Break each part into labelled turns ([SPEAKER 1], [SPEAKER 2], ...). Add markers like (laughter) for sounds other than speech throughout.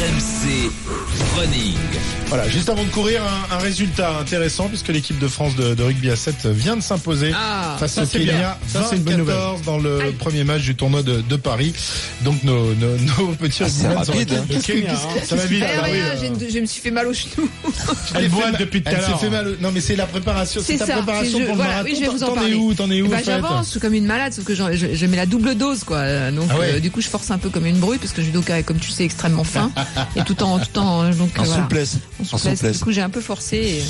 [SPEAKER 1] RMC Running.
[SPEAKER 2] Voilà, juste avant de courir, un, un résultat intéressant puisque l'équipe de France de, de rugby à 7 vient de s'imposer
[SPEAKER 3] Ah,
[SPEAKER 2] face
[SPEAKER 3] ça,
[SPEAKER 2] au
[SPEAKER 3] c'est bien.
[SPEAKER 2] Kenya
[SPEAKER 3] Ça, c'est une bonne
[SPEAKER 2] 24 dans le premier match du tournoi de, de Paris. Donc nos, nos, (laughs) nos petits
[SPEAKER 4] c'est
[SPEAKER 2] rugbymen sont-
[SPEAKER 4] rapide, hein.
[SPEAKER 2] Qu'est-ce que- qu'est-ce que- Ça va vite.
[SPEAKER 5] Eh,
[SPEAKER 2] ah bah oui,
[SPEAKER 5] rien,
[SPEAKER 2] euh,
[SPEAKER 5] j'ai une- je me suis fait mal au genou.
[SPEAKER 2] elle
[SPEAKER 3] Elle
[SPEAKER 2] s'est
[SPEAKER 3] boite
[SPEAKER 2] fait mal-
[SPEAKER 3] depuis tout à
[SPEAKER 2] elle s'est
[SPEAKER 3] l'heure.
[SPEAKER 2] fait mal. Non mais c'est la préparation, c'est
[SPEAKER 5] C'est
[SPEAKER 2] ta
[SPEAKER 5] ça,
[SPEAKER 2] préparation
[SPEAKER 5] c'est je-
[SPEAKER 2] pour le
[SPEAKER 5] voilà,
[SPEAKER 2] marathon.
[SPEAKER 5] oui, je vais vous en
[SPEAKER 2] T'en es
[SPEAKER 5] parler.
[SPEAKER 2] où T'en es où
[SPEAKER 5] Bah,
[SPEAKER 2] en fait
[SPEAKER 5] j'avance, je suis comme une malade, sauf que j'en- je, je mets la double dose, quoi. Donc,
[SPEAKER 2] Ah ouais.
[SPEAKER 5] euh, du coup, je force un peu comme une bruit, parce que le judoka est, comme tu le sais, extrêmement fin. et tout en, tout en, donc,
[SPEAKER 4] En
[SPEAKER 5] euh, voilà.
[SPEAKER 4] souplesse.
[SPEAKER 5] En
[SPEAKER 4] En
[SPEAKER 5] souplesse.
[SPEAKER 4] souplesse.
[SPEAKER 5] Du coup, j'ai un peu forcé.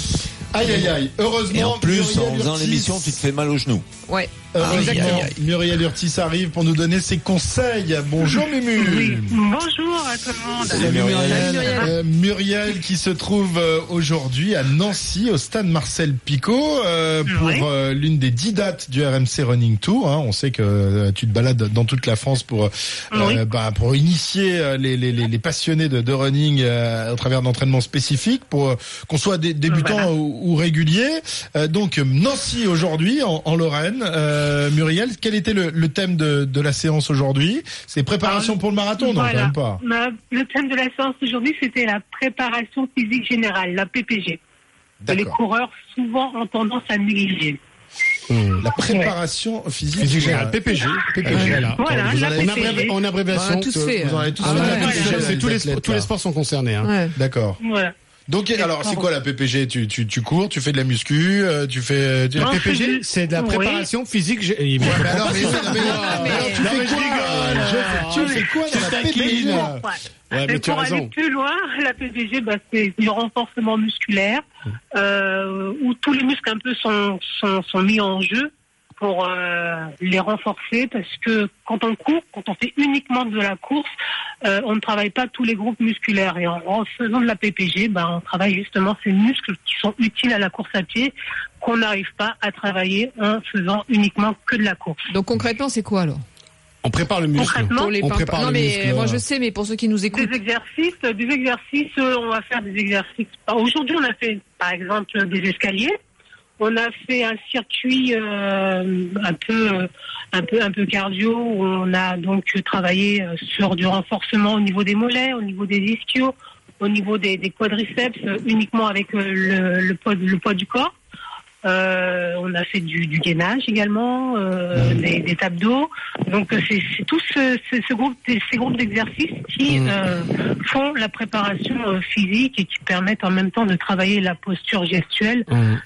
[SPEAKER 2] Aïe aïe aïe. Heureusement
[SPEAKER 4] Et en plus,
[SPEAKER 2] Muriel
[SPEAKER 4] en faisant
[SPEAKER 2] Urtis-
[SPEAKER 4] l'émission, tu te fais mal aux genoux.
[SPEAKER 5] et- Ouais. Ah,
[SPEAKER 2] Heureusement,
[SPEAKER 5] Exactement.
[SPEAKER 2] Muriel Urtis arrive pour nous donner ses conseils. Bonjour Mimu.
[SPEAKER 6] Oui. Bonjour à tout le monde.
[SPEAKER 2] Salut Muriel.
[SPEAKER 5] Salut Muriel.
[SPEAKER 2] Euh, Muriel qui se trouve euh, aujourd'hui à Nancy au stade Marcel Picot euh, pour
[SPEAKER 6] Ouais.
[SPEAKER 2] euh, l'une des dix dates du RMC Running Tour. hein. On sait que euh, tu te balades dans toute la France pour euh,
[SPEAKER 6] Ah Oui.
[SPEAKER 2] bah, pour initier euh, les, les, les, les passionnés de, de running euh, au travers d'entraînements spécifiques pour euh, qu'on soit des débutants
[SPEAKER 6] Voilà.
[SPEAKER 2] ou, ou réguliers. Euh, donc euh, Nancy aujourd'hui en, en Lorraine. Euh, Muriel, quel était le, le thème de, de la séance aujourd'hui C'est préparation pour le marathon, non quand
[SPEAKER 6] Ah, Voilà.
[SPEAKER 2] même pas.
[SPEAKER 6] Ma- le thème de la séance aujourd'hui, c'était la préparation physique générale, la PPG, que les
[SPEAKER 2] D'accord.
[SPEAKER 6] coureurs souvent ont tendance à négliger.
[SPEAKER 2] La préparation physique,
[SPEAKER 3] Physique générale, PPG.
[SPEAKER 2] PPG.
[SPEAKER 3] Voilà.
[SPEAKER 6] Voilà,
[SPEAKER 2] vous
[SPEAKER 6] la
[SPEAKER 2] allez-
[SPEAKER 3] En,
[SPEAKER 6] PPG.
[SPEAKER 3] abré- en abréviation,
[SPEAKER 5] On a tous
[SPEAKER 3] euh,
[SPEAKER 5] fait.
[SPEAKER 2] Vous en avez tous
[SPEAKER 3] ah,
[SPEAKER 2] fait hein.
[SPEAKER 3] on
[SPEAKER 2] la
[SPEAKER 3] a tous
[SPEAKER 2] PPG,
[SPEAKER 3] fait,
[SPEAKER 2] les
[SPEAKER 3] c'est tous les,
[SPEAKER 2] athlètes,
[SPEAKER 3] tous
[SPEAKER 2] là.
[SPEAKER 3] les sports sont concernés. Hein.
[SPEAKER 5] ouais.
[SPEAKER 2] D'accord.
[SPEAKER 6] Voilà.
[SPEAKER 2] Donc, alors, c'est quoi la PPG tu, tu, tu cours, tu fais de la muscu, euh, tu fais. Tu...
[SPEAKER 3] La
[SPEAKER 6] Non,
[SPEAKER 3] PPG,
[SPEAKER 6] c'est-
[SPEAKER 3] c'est de la
[SPEAKER 6] oui.
[SPEAKER 3] préparation physique. gé- Il me
[SPEAKER 2] Ouais,
[SPEAKER 3] comprend
[SPEAKER 2] mais alors,
[SPEAKER 3] pas.
[SPEAKER 2] mais, mais- mais- mais alors, tu
[SPEAKER 3] Non,
[SPEAKER 2] fais
[SPEAKER 3] mais je
[SPEAKER 2] quoi
[SPEAKER 3] rigole.
[SPEAKER 2] Je- Tu fais quoi dans la
[SPEAKER 3] Je taquine.
[SPEAKER 2] PPG
[SPEAKER 6] Ouais.
[SPEAKER 3] Ouais, mais
[SPEAKER 6] Mais
[SPEAKER 3] tu as
[SPEAKER 6] pour aller
[SPEAKER 3] raison.
[SPEAKER 6] plus loin, la PPG, bah, c'est du renforcement musculaire euh, où tous les muscles un peu sont, sont, sont mis en jeu pour euh, les renforcer parce que quand on court, quand on fait uniquement de la course, euh, on ne travaille pas tous les groupes musculaires et en, en faisant de la PPG, bah, on travaille justement ces muscles qui sont utiles à la course à pied qu'on n'arrive pas à travailler en faisant uniquement que de la course.
[SPEAKER 5] Donc, concrètement, c'est quoi, alors?
[SPEAKER 3] On prépare le muscle.
[SPEAKER 6] Concrètement,
[SPEAKER 5] Pour les
[SPEAKER 3] On
[SPEAKER 5] pimpes-
[SPEAKER 3] prépare
[SPEAKER 5] Non,
[SPEAKER 3] le
[SPEAKER 5] mais,
[SPEAKER 3] muscle,
[SPEAKER 5] euh, moi,
[SPEAKER 3] ouais.
[SPEAKER 5] je sais, mais pour ceux qui nous écoutent.
[SPEAKER 6] Des exercices, euh, des exercices, euh, on va faire des exercices. Alors, Aujourd'hui, on a fait, par exemple, euh, des escaliers. On a fait un circuit euh, un peu, euh, un peu, un peu cardio. Où on a donc euh, travaillé euh, sur du renforcement au niveau des mollets, au niveau des ischios, au niveau des, des quadriceps, euh, uniquement avec euh, le, le poids, le poids du corps. Euh, on a fait du, du gainage également, euh, des, des tapes d'eau. Donc euh, c'est c'est tout ce, ce- ce groupe, de- ces groupes d'exercices qui euh, font la préparation euh, physique et qui permettent en même temps de travailler la posture gestuelle.
[SPEAKER 3] Hum.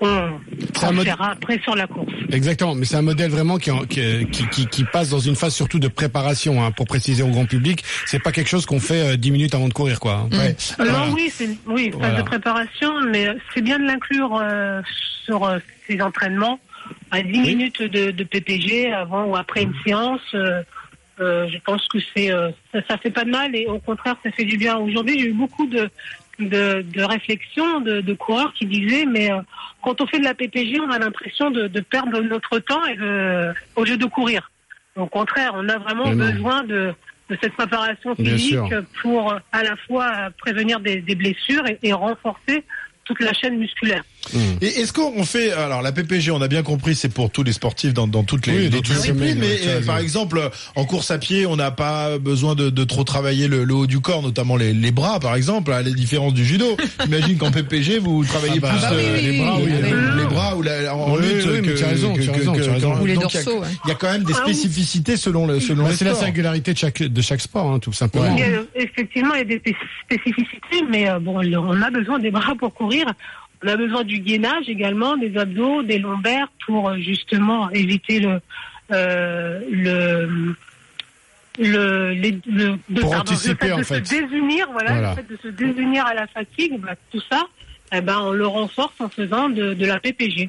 [SPEAKER 6] On
[SPEAKER 3] Ça me-
[SPEAKER 6] verra après sur la course.
[SPEAKER 3] Exactement, mais c'est un modèle vraiment qui, en- qui, qui, qui- qui passe dans une phase surtout de préparation, hein, pour préciser au grand public. C'est pas quelque chose qu'on fait euh, 10 minutes avant de courir, quoi. hein.
[SPEAKER 2] Ouais.
[SPEAKER 3] Voilà.
[SPEAKER 6] Non, oui, c'est oui, phase
[SPEAKER 3] Voilà.
[SPEAKER 6] de préparation, mais c'est bien de l'inclure euh, sur euh, ces entraînements à 10 minutes de, de PPG avant ou après une séance. euh, euh, je pense que c'est euh, ça, ça fait pas de mal et au contraire ça fait du bien. Aujourd'hui j'ai eu beaucoup de de, de réflexions de, de coureurs qui disaient mais euh, quand on fait de la PPG on a l'impression de, de perdre notre temps et de- au lieu de courir. Au contraire on a vraiment
[SPEAKER 3] Mais non.
[SPEAKER 6] besoin de de cette préparation
[SPEAKER 3] Bien
[SPEAKER 6] physique
[SPEAKER 3] sûr.
[SPEAKER 6] pour euh, à la fois euh, prévenir des, des blessures et, et renforcer toute la chaîne musculaire.
[SPEAKER 2] Et est-ce qu'on fait alors la PPG On a bien compris, c'est pour tous les sportifs dans, dans toutes les,
[SPEAKER 3] Oui,
[SPEAKER 2] les
[SPEAKER 3] dans toutes les
[SPEAKER 2] disciplines.
[SPEAKER 3] semaines, ouais,
[SPEAKER 2] mais
[SPEAKER 3] tu as
[SPEAKER 2] euh,
[SPEAKER 3] raison.
[SPEAKER 2] par exemple, euh, en course à pied, on n'a pas besoin de, de trop travailler le, le haut du corps, notamment les, les bras, par exemple, à la différence du
[SPEAKER 3] (laughs)
[SPEAKER 2] judo. J'imagine qu'en PPG, vous travaillez
[SPEAKER 3] Ah bah,
[SPEAKER 2] plus
[SPEAKER 3] ah
[SPEAKER 5] bah
[SPEAKER 2] euh,
[SPEAKER 5] oui, oui,
[SPEAKER 2] les bras,
[SPEAKER 5] oui,
[SPEAKER 2] oui,
[SPEAKER 5] oui.
[SPEAKER 2] euh, les bras ou la, en
[SPEAKER 3] Oui,
[SPEAKER 2] lutte
[SPEAKER 3] oui, mais
[SPEAKER 2] que-
[SPEAKER 3] tu as raison,
[SPEAKER 2] que-
[SPEAKER 3] tu as
[SPEAKER 2] que-
[SPEAKER 3] raison,
[SPEAKER 2] que-
[SPEAKER 3] tu as raison.
[SPEAKER 5] Ou les
[SPEAKER 2] Ah, donc, il y a-
[SPEAKER 5] dorsaux, ouais.
[SPEAKER 2] Il y a quand même des
[SPEAKER 6] Ah oui.
[SPEAKER 2] spécificités selon le selon
[SPEAKER 3] Bah,
[SPEAKER 2] les
[SPEAKER 3] c'est la
[SPEAKER 2] sports.
[SPEAKER 3] singularité de chaque, de chaque sport, hein, tout simplement.
[SPEAKER 6] Il y a, euh, effectivement, il y a des spé- spécificités, mais euh, bon, le- on a besoin des bras pour courir. On a besoin du gainage également, des abdos, des lombaires pour euh, justement éviter le euh, le le, les- le- de,
[SPEAKER 3] Pour
[SPEAKER 6] pardon, le
[SPEAKER 3] anticiper, en
[SPEAKER 6] de
[SPEAKER 3] fait.
[SPEAKER 6] se désunir voilà,
[SPEAKER 3] Voilà.
[SPEAKER 6] le fait de se désunir à la fatigue bah, tout ça eh ben on le renforce en faisant de, de la PPG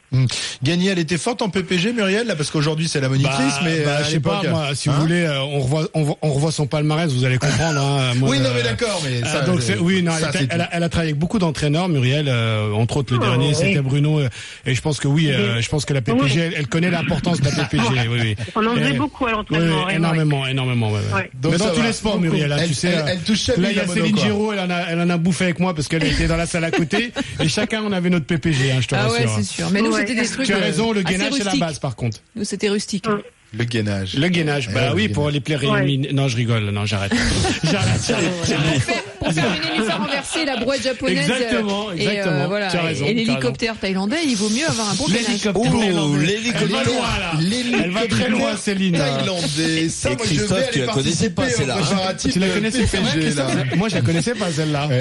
[SPEAKER 2] Gagné, Hum. elle était forte en PPG, Muriel, là, parce qu'aujourd'hui c'est la monitrice,
[SPEAKER 3] Bah,
[SPEAKER 2] mais
[SPEAKER 3] bah,
[SPEAKER 2] euh, à
[SPEAKER 3] je sais pas,
[SPEAKER 2] l'époque,
[SPEAKER 3] moi, si
[SPEAKER 2] hein
[SPEAKER 3] vous voulez, euh, on revoit, on, voit- on revoit son palmarès, vous allez comprendre. hein, moi,
[SPEAKER 2] Oui, non,
[SPEAKER 3] euh,
[SPEAKER 2] mais d'accord, mais
[SPEAKER 3] euh,
[SPEAKER 2] ça,
[SPEAKER 3] donc
[SPEAKER 2] c'est-
[SPEAKER 3] c'est- oui, non,
[SPEAKER 2] ça,
[SPEAKER 3] elle, était-
[SPEAKER 2] c'est
[SPEAKER 3] elle a, elle a travaillé avec beaucoup d'entraîneurs, Muriel, euh, entre autres le
[SPEAKER 6] Oh,
[SPEAKER 3] dernier
[SPEAKER 6] oui.
[SPEAKER 3] c'était Bruno, euh, et je pense que oui, euh, je pense que la PPG, elle, elle connaît l'importance de
[SPEAKER 6] (laughs)
[SPEAKER 3] la PPG, oui, Eh oui.
[SPEAKER 6] on en
[SPEAKER 3] Et-
[SPEAKER 6] faisait beaucoup à
[SPEAKER 3] Oui, oui,
[SPEAKER 6] l'entraînement vraiment.
[SPEAKER 3] énormément, énormément. ouais, ouais.
[SPEAKER 6] Ouais.
[SPEAKER 2] Donc
[SPEAKER 3] mais
[SPEAKER 2] ça
[SPEAKER 3] dans tous
[SPEAKER 2] va.
[SPEAKER 3] les sports, Muriel, là,
[SPEAKER 2] Elle-
[SPEAKER 3] tu sais,
[SPEAKER 2] elle-
[SPEAKER 3] là,
[SPEAKER 2] elle touche jamais
[SPEAKER 3] là, il y a
[SPEAKER 2] la
[SPEAKER 3] Céline
[SPEAKER 2] mono, quoi.
[SPEAKER 3] Giraud, elle en a, elle en a bouffé avec moi parce qu'elle était dans la salle à côté, et chacun on avait notre PPG, hein, je te
[SPEAKER 5] Ah ouais,
[SPEAKER 3] rassure.
[SPEAKER 5] c'est sûr. Mais nous,
[SPEAKER 6] Ouais.
[SPEAKER 5] c'était des trucs.
[SPEAKER 3] Tu as
[SPEAKER 5] euh,
[SPEAKER 3] raison, le
[SPEAKER 5] assez
[SPEAKER 3] gainage c'est la
[SPEAKER 5] rustiques.
[SPEAKER 3] base par contre.
[SPEAKER 5] Nous, c'était rustique.
[SPEAKER 6] Hum.
[SPEAKER 2] Le gainage.
[SPEAKER 3] Le gainage.
[SPEAKER 2] Eh
[SPEAKER 3] Bah
[SPEAKER 2] ouais,
[SPEAKER 3] oui,
[SPEAKER 2] le
[SPEAKER 3] pour
[SPEAKER 2] gainage.
[SPEAKER 3] les plaies réunies. Non, je rigole. Non, j'arrête. (laughs) j'arrête.
[SPEAKER 5] Pour faire, pour faire une héliphare renversée, la brouette japonaise. euh,
[SPEAKER 3] Exactement,
[SPEAKER 5] Et,
[SPEAKER 3] exactement.
[SPEAKER 5] voilà,
[SPEAKER 3] Tu as raison,
[SPEAKER 5] et
[SPEAKER 3] tu as
[SPEAKER 5] l'hélicoptère thaïlandais, il vaut mieux avoir un bon gainage.
[SPEAKER 3] L'hélicoptère.
[SPEAKER 1] Oh,
[SPEAKER 3] thaïlandais.
[SPEAKER 1] l'hélicoptère.
[SPEAKER 3] Elle va loin, là. Elle va très loin, Céline.
[SPEAKER 2] Thaïlandais. Ça,
[SPEAKER 1] Et
[SPEAKER 2] moi,
[SPEAKER 1] Christophe,
[SPEAKER 2] je vais
[SPEAKER 1] tu
[SPEAKER 2] aller
[SPEAKER 1] la connaissais pas,
[SPEAKER 2] participer
[SPEAKER 1] celle-là,
[SPEAKER 2] au
[SPEAKER 1] hein.
[SPEAKER 2] préparatif
[SPEAKER 3] Tu la
[SPEAKER 2] de
[SPEAKER 3] connaissais, c'est vrai,
[SPEAKER 2] PPG, là.
[SPEAKER 3] Christophe Moi, je la connaissais pas, celle-là.
[SPEAKER 2] Ouais.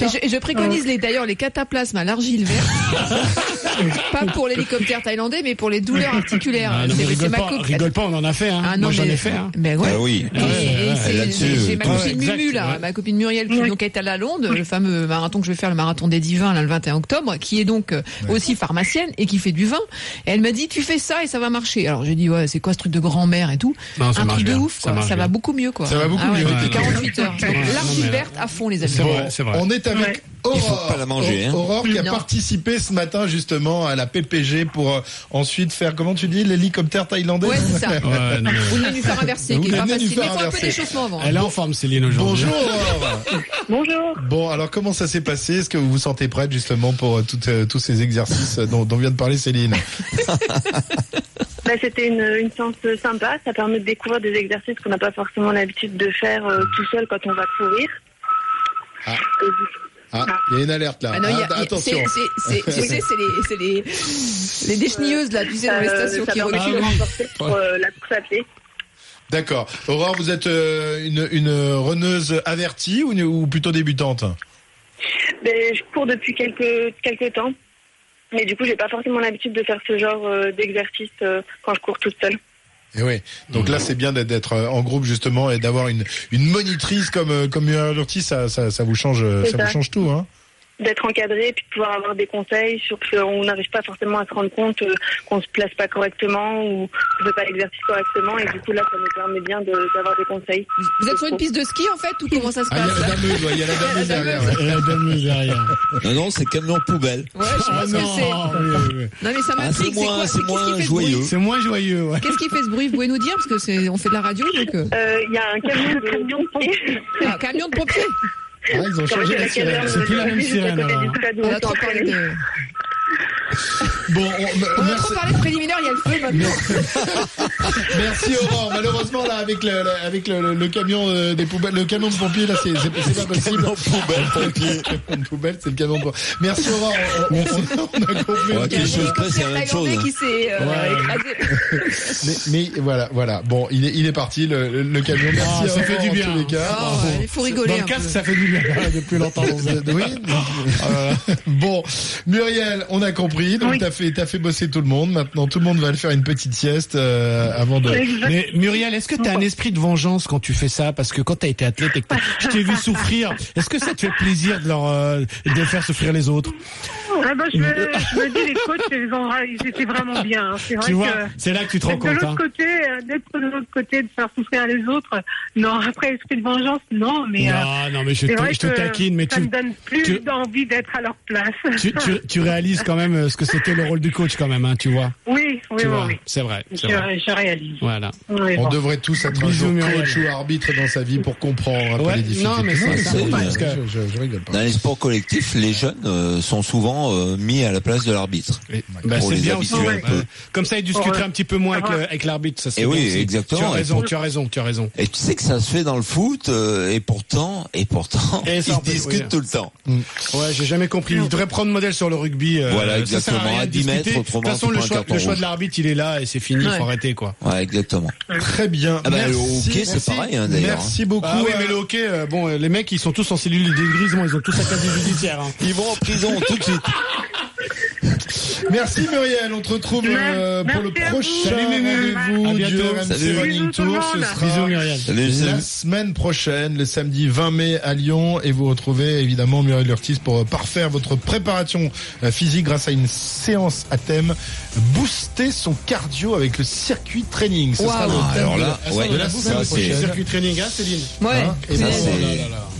[SPEAKER 5] Et je, et je préconise les d'ailleurs les cataplasmes à l'argile verte.
[SPEAKER 3] (laughs)
[SPEAKER 5] pas pour l'hélicoptère thaïlandais, mais pour les douleurs articulaires.
[SPEAKER 3] Ah, non, mais
[SPEAKER 5] C'est- c'est
[SPEAKER 3] rigole
[SPEAKER 5] ma
[SPEAKER 3] pas,
[SPEAKER 5] copine.
[SPEAKER 3] rigole pas, on en a fait. Hein.
[SPEAKER 5] Ah non,
[SPEAKER 3] Moi, j'en
[SPEAKER 5] mais-
[SPEAKER 3] ai fait. Hein.
[SPEAKER 5] Ben ouais.
[SPEAKER 1] Ah oui.
[SPEAKER 5] Et- et
[SPEAKER 1] ouais,
[SPEAKER 5] c'est-
[SPEAKER 1] là-dessus,
[SPEAKER 5] j'ai- J'ai ma
[SPEAKER 3] ouais,
[SPEAKER 5] copine
[SPEAKER 3] exact,
[SPEAKER 5] Mumu, là,
[SPEAKER 3] ouais.
[SPEAKER 5] ma copine Muriel, qui
[SPEAKER 6] Oui.
[SPEAKER 5] donc est à la Londe, le fameux marathon que je vais faire, le marathon des divins, là, le 21 octobre, qui est donc euh, aussi pharmacienne et qui fait du vin. Et elle m'a dit, tu fais ça et ça va marcher. Alors j'ai dit, ouais, c'est quoi ce truc de grand-mère et tout
[SPEAKER 3] Non, ça
[SPEAKER 5] Un
[SPEAKER 3] marche
[SPEAKER 5] truc de
[SPEAKER 3] bien,
[SPEAKER 5] ouf,
[SPEAKER 3] ça
[SPEAKER 5] quoi. Ça,
[SPEAKER 3] marche
[SPEAKER 5] va
[SPEAKER 3] bien.
[SPEAKER 5] beaucoup mieux, quoi.
[SPEAKER 2] Ça va beaucoup
[SPEAKER 5] Ah ouais,
[SPEAKER 2] mieux,
[SPEAKER 5] depuis
[SPEAKER 2] ouais.
[SPEAKER 5] 48 heures.
[SPEAKER 3] Ouais, non,
[SPEAKER 5] L'argile
[SPEAKER 3] mais-
[SPEAKER 5] verte à fond, les amis.
[SPEAKER 3] C'est vrai, c'est vrai.
[SPEAKER 2] On est avec
[SPEAKER 6] Ouais.
[SPEAKER 2] Aurore.
[SPEAKER 1] Il faut pas la manger, hein.
[SPEAKER 2] Aurore qui a
[SPEAKER 5] Non.
[SPEAKER 2] participé ce matin justement à la PPG pour euh, ensuite faire, comment tu dis, l'hélicoptère thaïlandais
[SPEAKER 5] Ouais, c'est ça.
[SPEAKER 3] Ouais, (laughs) non, mais-
[SPEAKER 5] Ou le nénuphar inversé,
[SPEAKER 2] Ou
[SPEAKER 5] qui est
[SPEAKER 2] le
[SPEAKER 5] pas facile.
[SPEAKER 2] nénuphar
[SPEAKER 5] Mais il faut un peu
[SPEAKER 2] inversé.
[SPEAKER 5] d'échauffement avant.
[SPEAKER 3] Elle est en forme, Céline, aujourd'hui.
[SPEAKER 2] Bonjour Aurore.
[SPEAKER 6] Bonjour.
[SPEAKER 2] Bon, alors comment ça s'est passé Est-ce que vous vous sentez prête justement pour euh, toutes, euh, tous ces exercices euh, dont, dont vient de parler Céline
[SPEAKER 4] Bah, C'était une, une séance sympa. Ça permet de découvrir des exercices qu'on n'a pas forcément l'habitude de faire euh, tout seul quand on va courir.
[SPEAKER 2] Ah.
[SPEAKER 4] Et du-
[SPEAKER 2] Ah, il y a une alerte là.
[SPEAKER 5] Ah non, il y a-
[SPEAKER 2] Ah,
[SPEAKER 5] il y a-
[SPEAKER 2] attention.
[SPEAKER 5] c'est- c'est- c'est- tu sais, c'est les, c'est les, les déchenilleuses, là, tu sais, dans les
[SPEAKER 4] euh,
[SPEAKER 5] stations
[SPEAKER 4] ça
[SPEAKER 5] qui
[SPEAKER 4] permet de
[SPEAKER 5] reculent.
[SPEAKER 4] se renforcer pour euh, la course à pied.
[SPEAKER 2] D'accord. Aurore, vous êtes euh, une, une runneuse avertie ou, une- ou plutôt débutante
[SPEAKER 4] Mais je cours depuis quelques, quelques temps. Mais du coup, j'ai pas forcément l'habitude de faire ce genre euh, d'exercice euh, quand je cours toute seule.
[SPEAKER 2] Et Eh oui. Donc là, c'est bien d'être- d'être euh, en groupe justement et d'avoir une, une monitrice comme euh, comme Muriel Ortiz, ça, ça, ça vous change euh,
[SPEAKER 4] C'est
[SPEAKER 2] ça
[SPEAKER 4] ça.
[SPEAKER 2] vous change tout hein.
[SPEAKER 4] D'être encadré et puis de pouvoir avoir des conseils sur ce qu'on n'arrive pas forcément à se rendre compte euh, qu'on se place pas correctement ou qu'on fait pas l'exercice correctement. Et du coup, là, ça nous permet bien de- d'avoir des conseils.
[SPEAKER 5] Vous êtes sur une piste de ski, en fait, ou comment ça se
[SPEAKER 2] Ah, il y
[SPEAKER 5] passe
[SPEAKER 2] a la dameuse, ouais, il y a
[SPEAKER 5] (laughs)
[SPEAKER 2] la dameuse derrière. ouais.
[SPEAKER 3] La dameuse derrière.
[SPEAKER 1] Non, non, c'est camion poubelle.
[SPEAKER 5] Ouais, je sais
[SPEAKER 3] Ah
[SPEAKER 5] pas ce que
[SPEAKER 3] non,
[SPEAKER 5] c'est.
[SPEAKER 3] oui, oui,
[SPEAKER 5] Non, mais ça
[SPEAKER 1] Ah, c'est
[SPEAKER 5] m'intrigue. c'est
[SPEAKER 1] moins,
[SPEAKER 5] quoi
[SPEAKER 1] c'est
[SPEAKER 5] Qu'est-ce qui
[SPEAKER 1] moins
[SPEAKER 5] fait ce bruit
[SPEAKER 1] joyeux.
[SPEAKER 3] oui. C'est moins joyeux, ouais.
[SPEAKER 5] Qu'est-ce qui fait ce bruit Vous pouvez nous dire Parce que c'est, on fait de la radio, donc. euh,
[SPEAKER 4] Euh, Il y a un camion de pompiers.
[SPEAKER 5] Un camion de pompiers
[SPEAKER 3] Ah, ils ont changé la sirène. C'est plus la même sirène. alors.
[SPEAKER 5] On a trop parlé de,
[SPEAKER 2] Bon, on-
[SPEAKER 5] on a
[SPEAKER 2] merci,
[SPEAKER 5] trop parlé de préliminaire, il y a le feu maintenant.
[SPEAKER 2] merci Aurore. Malheureusement là, avec le, le- avec le, le- le camion euh, des poubelles, le camion de pompiers là, c'est c'est- c'est pas
[SPEAKER 3] (laughs)
[SPEAKER 2] possible.
[SPEAKER 1] Camion poubelle, pompier.
[SPEAKER 2] Le camion de poubelle, c'est le camion de pompiers. Merci Aurore. On, on- on a compris.
[SPEAKER 1] Ouais,
[SPEAKER 5] Il y a
[SPEAKER 1] quelque
[SPEAKER 5] un
[SPEAKER 1] chose près, c'est la même
[SPEAKER 5] hélicoptère
[SPEAKER 1] chose.
[SPEAKER 5] thaïlandais qui s'est euh, écrasé.
[SPEAKER 2] Mais, mais voilà, voilà. Bon, il est, il est parti le, le- le camion. Merci.
[SPEAKER 3] Ah, ça
[SPEAKER 2] Aurore,
[SPEAKER 3] fait du
[SPEAKER 2] en
[SPEAKER 3] bien.
[SPEAKER 2] tous les cas.
[SPEAKER 5] Oh, Il faut rigoler.
[SPEAKER 3] Dans le
[SPEAKER 5] un
[SPEAKER 3] casque,
[SPEAKER 5] peu.
[SPEAKER 3] ça fait du (laughs) bien. Depuis longtemps, on se-
[SPEAKER 2] Oui. Euh, bon, Muriel, on a compris. Donc
[SPEAKER 6] Oui.
[SPEAKER 2] t'as fait, t'as fait bosser tout le monde. Maintenant, tout le monde va le faire une petite sieste euh, avant de.
[SPEAKER 3] Mais Muriel, est-ce que t'as un esprit de vengeance quand tu fais ça Parce que quand t'as été athlète et que t'as- je t'ai vu souffrir, est-ce que ça te fait plaisir de leur euh, de faire souffrir les autres
[SPEAKER 6] Ah bah, je, me, je me dis, les coachs, ils, ont, ils étaient vraiment bien. hein. C'est vrai
[SPEAKER 3] Tu vois,
[SPEAKER 6] que
[SPEAKER 3] c'est là que tu te rends
[SPEAKER 6] d'être de
[SPEAKER 3] compte.
[SPEAKER 6] l'autre
[SPEAKER 3] Hein.
[SPEAKER 6] côté, euh, d'être de l'autre côté, de faire souffrir les autres. Non, (laughs) après, esprit de vengeance, non, mais. euh,
[SPEAKER 3] Non, non, mais je
[SPEAKER 6] c'est
[SPEAKER 3] te,
[SPEAKER 6] vrai
[SPEAKER 3] je te
[SPEAKER 6] que
[SPEAKER 3] taquine, mais
[SPEAKER 6] ça
[SPEAKER 3] tu,
[SPEAKER 6] me donne plus
[SPEAKER 3] tu-
[SPEAKER 6] d'envie d'être à leur place.
[SPEAKER 3] tu, tu, tu réalises quand même euh, ce que c'était le rôle du coach quand même, hein, tu vois.
[SPEAKER 6] (laughs) oui, oui, oui,
[SPEAKER 3] Tu vois,
[SPEAKER 6] oui.
[SPEAKER 3] c'est vrai.
[SPEAKER 6] Je,
[SPEAKER 3] c'est vrai.
[SPEAKER 6] je réalise.
[SPEAKER 3] Voilà.
[SPEAKER 6] Oui,
[SPEAKER 2] On
[SPEAKER 6] bon.
[SPEAKER 2] devrait tous être un
[SPEAKER 3] Bisous,
[SPEAKER 2] jour
[SPEAKER 3] Muriel.
[SPEAKER 2] coach ou arbitre dans sa vie pour comprendre un peu
[SPEAKER 3] Ouais,
[SPEAKER 2] les difficultés.
[SPEAKER 3] non, mais c'est- c'est
[SPEAKER 1] important,
[SPEAKER 2] je-
[SPEAKER 1] parce
[SPEAKER 3] que-
[SPEAKER 2] je, je- je rigole pas.
[SPEAKER 1] Dans les sports collectifs, les jeunes euh, sont souvent euh, mis à la place de l'arbitre.
[SPEAKER 3] Bah,
[SPEAKER 1] Pour
[SPEAKER 3] c'est
[SPEAKER 1] les
[SPEAKER 3] bien aussi.
[SPEAKER 1] habituer
[SPEAKER 3] ouais.
[SPEAKER 1] un peu.
[SPEAKER 3] Ouais. Comme ça, ils discuteraient
[SPEAKER 6] Ouais.
[SPEAKER 3] un petit peu moins avec,
[SPEAKER 6] Ah ouais.
[SPEAKER 3] le- avec l'arbitre. Ça, c'est
[SPEAKER 1] Eh oui,
[SPEAKER 3] bien aussi.
[SPEAKER 1] exactement.
[SPEAKER 3] Tu as
[SPEAKER 1] Et
[SPEAKER 3] raison,
[SPEAKER 1] pour-
[SPEAKER 3] tu as raison, tu as raison.
[SPEAKER 1] Et tu sais que ça se fait dans le foot, euh, et pourtant, et pourtant,
[SPEAKER 3] Et ça, on
[SPEAKER 1] (laughs) ils
[SPEAKER 3] peut-
[SPEAKER 1] discutent
[SPEAKER 3] oui.
[SPEAKER 1] tout le temps.
[SPEAKER 3] Ouais, j'ai jamais compris. Il devrait prendre modèle sur le rugby. euh,
[SPEAKER 1] Voilà,
[SPEAKER 3] ça sert à
[SPEAKER 1] exactement.
[SPEAKER 3] rien
[SPEAKER 1] À
[SPEAKER 3] de
[SPEAKER 1] 10 mètres,
[SPEAKER 3] discuter.
[SPEAKER 1] autrement,
[SPEAKER 3] De toute façon,
[SPEAKER 1] tu
[SPEAKER 3] le
[SPEAKER 1] prends un
[SPEAKER 3] choix,
[SPEAKER 1] carton
[SPEAKER 3] le choix
[SPEAKER 1] rouge.
[SPEAKER 3] de l'arbitre, il est là et c'est fini.
[SPEAKER 5] Ouais.
[SPEAKER 3] Faut arrêter, quoi.
[SPEAKER 1] Ouais, exactement.
[SPEAKER 2] Très bien.
[SPEAKER 1] Ah bah, le
[SPEAKER 2] Merci,
[SPEAKER 1] hockey, c'est
[SPEAKER 2] merci.
[SPEAKER 1] pareil, hein, d'ailleurs.
[SPEAKER 2] Merci beaucoup.
[SPEAKER 3] Ah oui,
[SPEAKER 2] euh,
[SPEAKER 3] mais le hockey, euh, bon, euh, les mecs, ils sont tous en cellule dégrisement, ils ont tous la casier judiciaire. hein.
[SPEAKER 1] Ils vont en prison tout de suite.
[SPEAKER 2] Merci Muriel, on te retrouve euh,
[SPEAKER 6] Merci
[SPEAKER 2] pour le
[SPEAKER 6] à vous.
[SPEAKER 2] prochain
[SPEAKER 3] Salut, Mémé. À
[SPEAKER 2] rendez-vous du
[SPEAKER 3] bientôt.
[SPEAKER 2] RMC
[SPEAKER 1] Salut.
[SPEAKER 2] Running
[SPEAKER 6] Bisous tout le
[SPEAKER 2] Tour. Ce
[SPEAKER 6] monde.
[SPEAKER 2] sera
[SPEAKER 3] Bisous, Muriel.
[SPEAKER 1] Salut,
[SPEAKER 2] La
[SPEAKER 1] salut.
[SPEAKER 2] semaine prochaine, le samedi 20 mai à Lyon, et vous retrouvez évidemment Muriel Urtis pour euh, parfaire votre préparation euh, physique grâce à une séance à thème, booster son cardio avec le circuit training. Ce sera
[SPEAKER 5] Waouh.
[SPEAKER 2] le thème
[SPEAKER 1] Alors
[SPEAKER 2] de la-
[SPEAKER 1] là,
[SPEAKER 2] de
[SPEAKER 1] ouais,
[SPEAKER 2] la
[SPEAKER 1] ça,
[SPEAKER 2] semaine
[SPEAKER 1] c'est-
[SPEAKER 2] prochaine.
[SPEAKER 3] Circuit training, hein, Céline
[SPEAKER 5] Ouais.
[SPEAKER 2] Hein, et
[SPEAKER 1] Ça,
[SPEAKER 2] bon,
[SPEAKER 1] c'est-
[SPEAKER 2] oh là là là.